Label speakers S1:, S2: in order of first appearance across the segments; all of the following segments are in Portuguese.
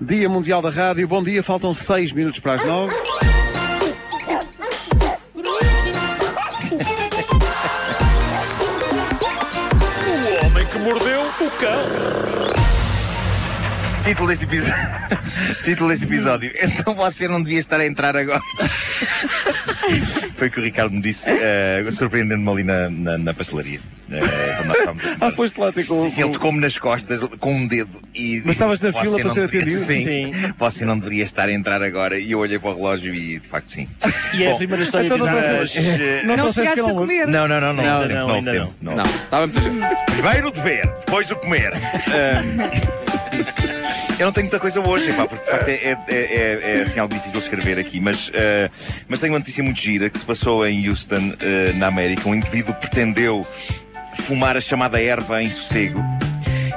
S1: Dia Mundial da Rádio. Bom dia, faltam 6 minutos para as 9.
S2: O homem que mordeu o cão.
S3: Título deste episódio. Título deste episódio. Então você não devia estar a entrar agora. Foi o que o Ricardo me disse, eh, surpreendendo-me ali na, na, na pastelaria. eh, quando nós estávamos a comer.
S1: Ah, foste lá ter com
S3: Sim, sim, ele tocou-me nas costas com um dedo e.
S1: Mas estavas na
S3: Você
S1: fila para
S3: não
S1: ser
S3: deveria-
S1: atendido?
S3: Sim, Você não deveria estar a entrar agora. E eu olhei para o relógio e, de facto, sim.
S2: E é a
S3: Bom,
S2: primeira história
S1: então não
S2: bizarra
S1: trouxeste-
S2: hoje.
S3: Mas,
S1: Não
S3: eh,
S4: Não
S1: trouxeste
S4: chegaste a
S1: pequeno almoço.
S4: comer.
S3: Não, não, não, não.
S2: Não,
S3: houve tempo,
S2: não,
S3: houve
S2: ainda
S3: tempo,
S2: não.
S3: não.
S5: estava muita gente.
S3: Primeiro o dever, depois o comer. Ah, Eu não tenho muita coisa hoje, pá, porque de facto é, é- é- é- é, assim, algo difícil escrever aqui, mas, ah, mas tenho uma notícia muito gira que se passou em Houston, ah, na América. Um indivíduo pretendeu fumar a chamada erva em sossego.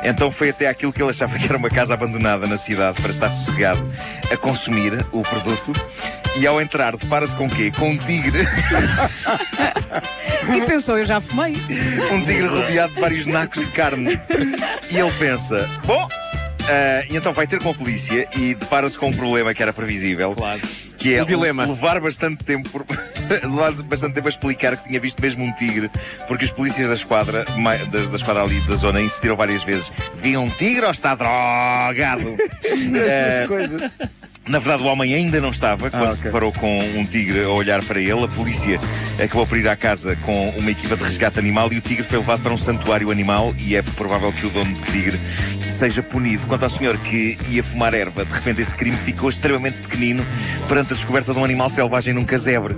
S3: Então foi até aquilo que ele achava que era uma casa abandonada na cidade para estar sossegado a consumir o produto. E ao entrar, depara-se com o quê? Com um tigre.
S4: E pensou, eu já fumei.
S3: um tigre rodeado de vários nacos de carne. E ele pensa: bom, ah, e então vai ter com a polícia e depara-se com um problema que era previsível. Claro. Que é
S5: Um dilema.
S3: le- levar bastante tempo por- levar bastante tempo a explicar que tinha visto mesmo um tigre, porque os polícias da esquadra, mai- da, da esquadra ali da zona, insistiram várias vezes: viu um tigre ou está drogado?
S1: As coisas.
S3: Na verdade, o homem ainda não estava quando se
S1: ok.
S3: deparou com um tigre a olhar para ele. A polícia acabou por ir à casa com uma equipa de resgate animal e o tigre foi levado para um santuário animal e é provável que o dono do tigre seja punido. Quanto ao senhor que ia fumar erva, de repente esse crime ficou extremamente pequenino perante a descoberta de um animal selvagem num casebre.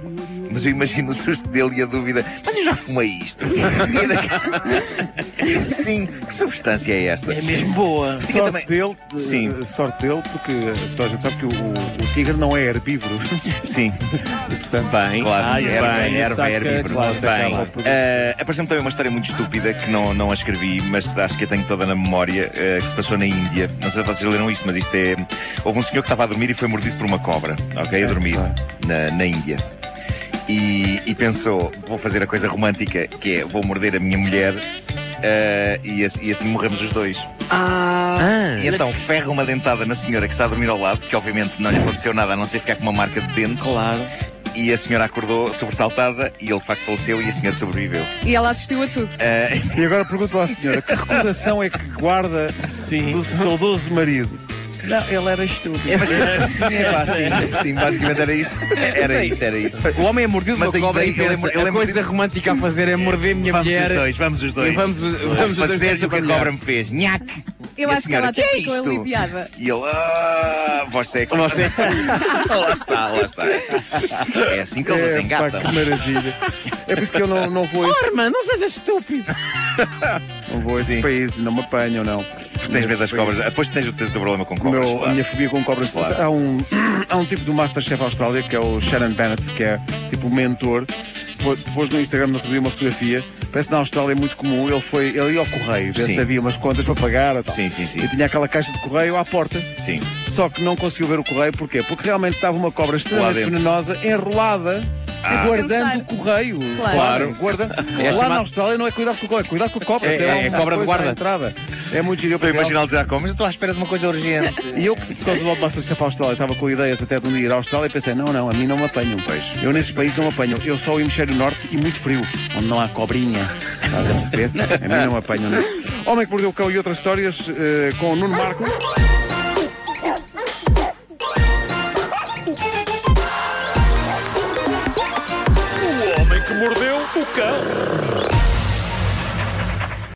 S3: Mas eu imagino o susto dele e a dúvida. Mas eu já fumei isto. E daqui- Sim, que substância é esta?
S2: É mesmo boa.
S3: Tinha
S1: Sorte
S3: também-
S1: dele, de-
S3: Sim.
S1: sorte dele, porque toda a gente sabe que o, o- o tigre não é herbívoro.
S3: Sim.
S1: Portanto,
S3: Bem, claro,
S2: Ah, isso
S3: erva,
S2: bem,
S3: erva,
S2: saca,
S3: herbívoro.
S2: claro,
S3: bem.
S1: acaba por-
S3: Ah, apareceu-me também uma história muito estúpida que não, não a escrevi, mas acho que a tenho toda na memória, ah, que se passou na Índia. Não sei se vocês leram isto, mas isto é. Houve um senhor que estava a dormir e foi mordido por uma cobra, ok? A dormir
S2: Ah.
S3: na, na Índia. E, e pensou, vou fazer a coisa romântica, que é vou morder a minha mulher ah, e, assim, e assim morremos os dois. E então ferra uma dentada na senhora que está a dormir ao lado, que obviamente não lhe aconteceu nada a não ser ficar com uma marca de dentes.
S2: Claro.
S3: E a senhora acordou sobressaltada e ele de facto faleceu e a senhora sobreviveu. Ah,
S4: E ela assistiu a tudo.
S1: e agora pergunto à senhora, que recordação é que guarda
S2: Sim.
S1: do saudoso marido? Não, ele era estúpido.
S3: Mas, sim, é pá, sim, sim, basicamente era isso. Era isso, era isso.
S5: O homem é mordido
S3: Mas
S5: mas
S3: aí
S5: uma cobra e
S3: daí ele é
S5: pensa,
S3: mor- ele é
S5: a coisa romântica a fazer é morder minha
S3: Vamos
S5: mulher.
S3: os dois, vamos os dois.
S5: Vamos os- vamos os dois
S3: fazer
S5: desta
S3: o que a
S5: mulher.
S3: cobra me fez. Nhac!
S4: Eu
S3: E a
S4: acho que
S3: senhora,
S4: ela até
S3: "Que é
S4: ficou
S3: isto?"
S4: aliviada.
S3: E ele, ah, voz sexy.
S5: Voz sexy.
S3: lá está, lá está. É assim que eles as
S1: pá,
S3: engatam.
S1: que maravilha. É por isso que eu não, não vou a esse,
S5: Irmã, não sejas estúpido.
S1: não vou a esse
S3: Sim.
S1: país e não me apanham, não.
S3: Tu tens medo das cobras. Depois tens o tens o problema com
S1: O
S3: cobras.
S1: meu,
S3: claro.
S1: a minha fobia com cobras.
S3: Claro.
S1: Há, um, há um tipo do Masterchef Austrália que é o Sharon Bennett, que é tipo o mentor. Pô- Depois no Instagram no outro dia uma fotografia. Parece que na Austrália é muito comum. Ele foi ele ia ao correio, ver
S3: Sim.
S1: se havia umas contas para pagar ou tal.
S3: Sim, sim, sim.
S1: E tinha aquela caixa de correio à porta.
S3: Sim.
S1: Só que não conseguiu ver o correio, porquê? Porque realmente estava uma cobra extremamente
S3: dentro.
S1: venenosa, enrolada,
S4: descansar.
S1: guardando o correio.
S4: Claro.
S1: Guardando.
S5: É
S1: Lá
S5: chamado-
S1: na Austrália não é cuidado com o correio, é cuidado com a cobra.
S5: É-
S1: Tem
S5: é-
S1: lá
S5: é
S1: uma
S5: cobra de
S1: coisa à
S5: guarda.
S1: entrada. É muito giro. Eu,
S3: Estou a
S1: por acaso,
S3: imaginar dizer à cobra, mas eu estou à espera de uma coisa urgente.
S1: e eu, que, por causa do Masterchef Austrália, estava com ideias até de um dia ir à Austrália e pensei, não, não, a mim não me apanham.
S3: Pois.
S1: Eu nesses países não me apanham. Eu só o hemisfério norte e muito frio, onde não há cobrinha. Estás a perceber? A mim não me apanham nisso. Homem que Mordeu o Cão e outras histórias eh, com o Nuno Marco.
S2: O homem que mordeu o cão.